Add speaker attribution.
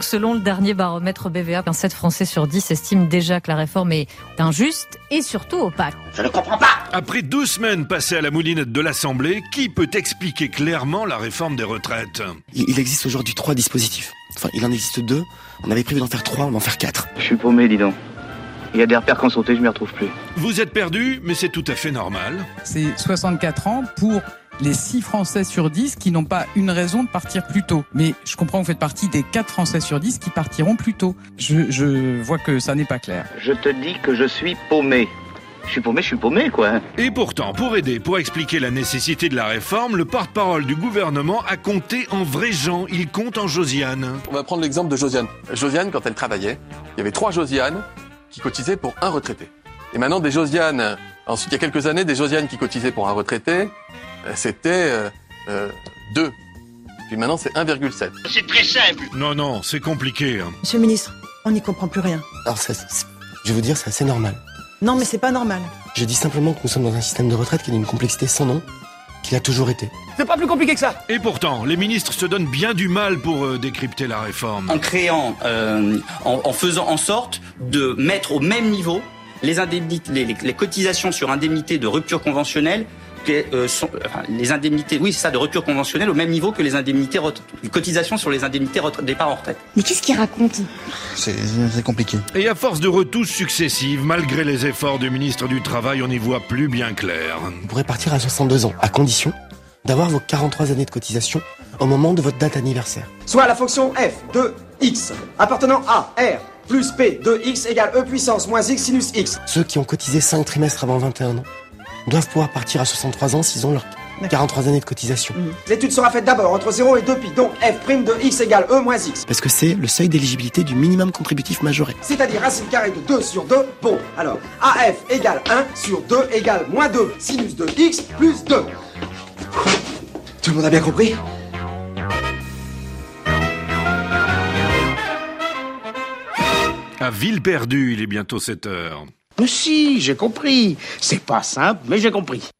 Speaker 1: selon le dernier baromètre BVA, 7 Français sur 10 estiment déjà que la réforme est injuste et surtout opaque.
Speaker 2: Je ne comprends pas
Speaker 3: Après deux semaines passées à la moulinette de l'Assemblée, qui peut expliquer clairement la réforme des retraites
Speaker 4: Il existe aujourd'hui trois dispositifs. Enfin, il en existe deux. On avait prévu d'en faire trois, on va en faire quatre.
Speaker 5: Je suis paumé, dis donc. Il y a des repères qu'on sautait, je m'y retrouve plus.
Speaker 3: Vous êtes perdu, mais c'est tout à fait normal.
Speaker 6: C'est 64 ans pour les 6 Français sur 10 qui n'ont pas une raison de partir plus tôt. Mais je comprends que vous faites partie des 4 Français sur 10 qui partiront plus tôt. Je, je vois que ça n'est pas clair.
Speaker 5: Je te dis que je suis paumé. Je suis paumé, je suis paumé, quoi. hein.
Speaker 3: Et pourtant, pour aider, pour expliquer la nécessité de la réforme, le porte-parole du gouvernement a compté en vrais gens. Il compte en Josiane.
Speaker 7: On va prendre l'exemple de Josiane. Josiane, quand elle travaillait, il y avait trois Josiane qui cotisaient pour un retraité. Et maintenant, des Josiane, ensuite il y a quelques années, des Josiane qui cotisaient pour un retraité, euh, c'était euh, euh, deux. Puis maintenant, c'est 1,7.
Speaker 2: C'est très simple
Speaker 3: Non, non, c'est compliqué. hein.
Speaker 8: Monsieur le ministre, on n'y comprend plus rien.
Speaker 4: Alors, ça, c'est- je vais vous dire, c'est assez normal.
Speaker 8: Non, mais c'est pas normal.
Speaker 4: Je dis simplement que nous sommes dans un système de retraite qui a une complexité sans nom, qui a toujours été.
Speaker 9: C'est pas plus compliqué que ça
Speaker 3: Et pourtant, les ministres se donnent bien du mal pour euh, décrypter la réforme.
Speaker 9: En créant, euh, en, en faisant en sorte de mettre au même niveau les, indemnités, les, les- les cotisations sur indemnités de rupture conventionnelle, que, euh, sont- enfin, les indemnités, oui c'est ça, de rupture conventionnelle au même niveau que les indemnités ret- les cotisations sur les indemnités ret- départ en retraite.
Speaker 10: Mais qu'est-ce qu'il raconte
Speaker 5: C'est compliqué.
Speaker 3: Et à force de retouches successives, malgré les efforts du ministre du Travail, on y voit plus bien clair.
Speaker 4: Vous pourrez partir à 62 ans, à condition d'avoir vos 43 années de cotisation au moment de votre date anniversaire.
Speaker 9: Soit la fonction f de x appartenant à r plus p de x égale e puissance moins x sinus x.
Speaker 4: Ceux qui ont cotisé 5 trimestres avant 21 ans doivent pouvoir partir à 63 ans s'ils ont leurs 43 années de cotisation.
Speaker 9: L'étude sera faite d'abord entre 0 et 2π, donc f' de x égale e moins x,
Speaker 4: Parce que c'est le seuil d'éligibilité du minimum contributif majoré.
Speaker 9: c'est-à-dire racine carrée de 2 sur 2, bon, alors af égale 1 sur 2 égale moins 2, sinus de x plus 2. Tout le monde a bien compris
Speaker 3: À ville perdue, il est bientôt 7 heures.
Speaker 2: Mais si, j'ai compris. C'est pas simple, mais j'ai compris.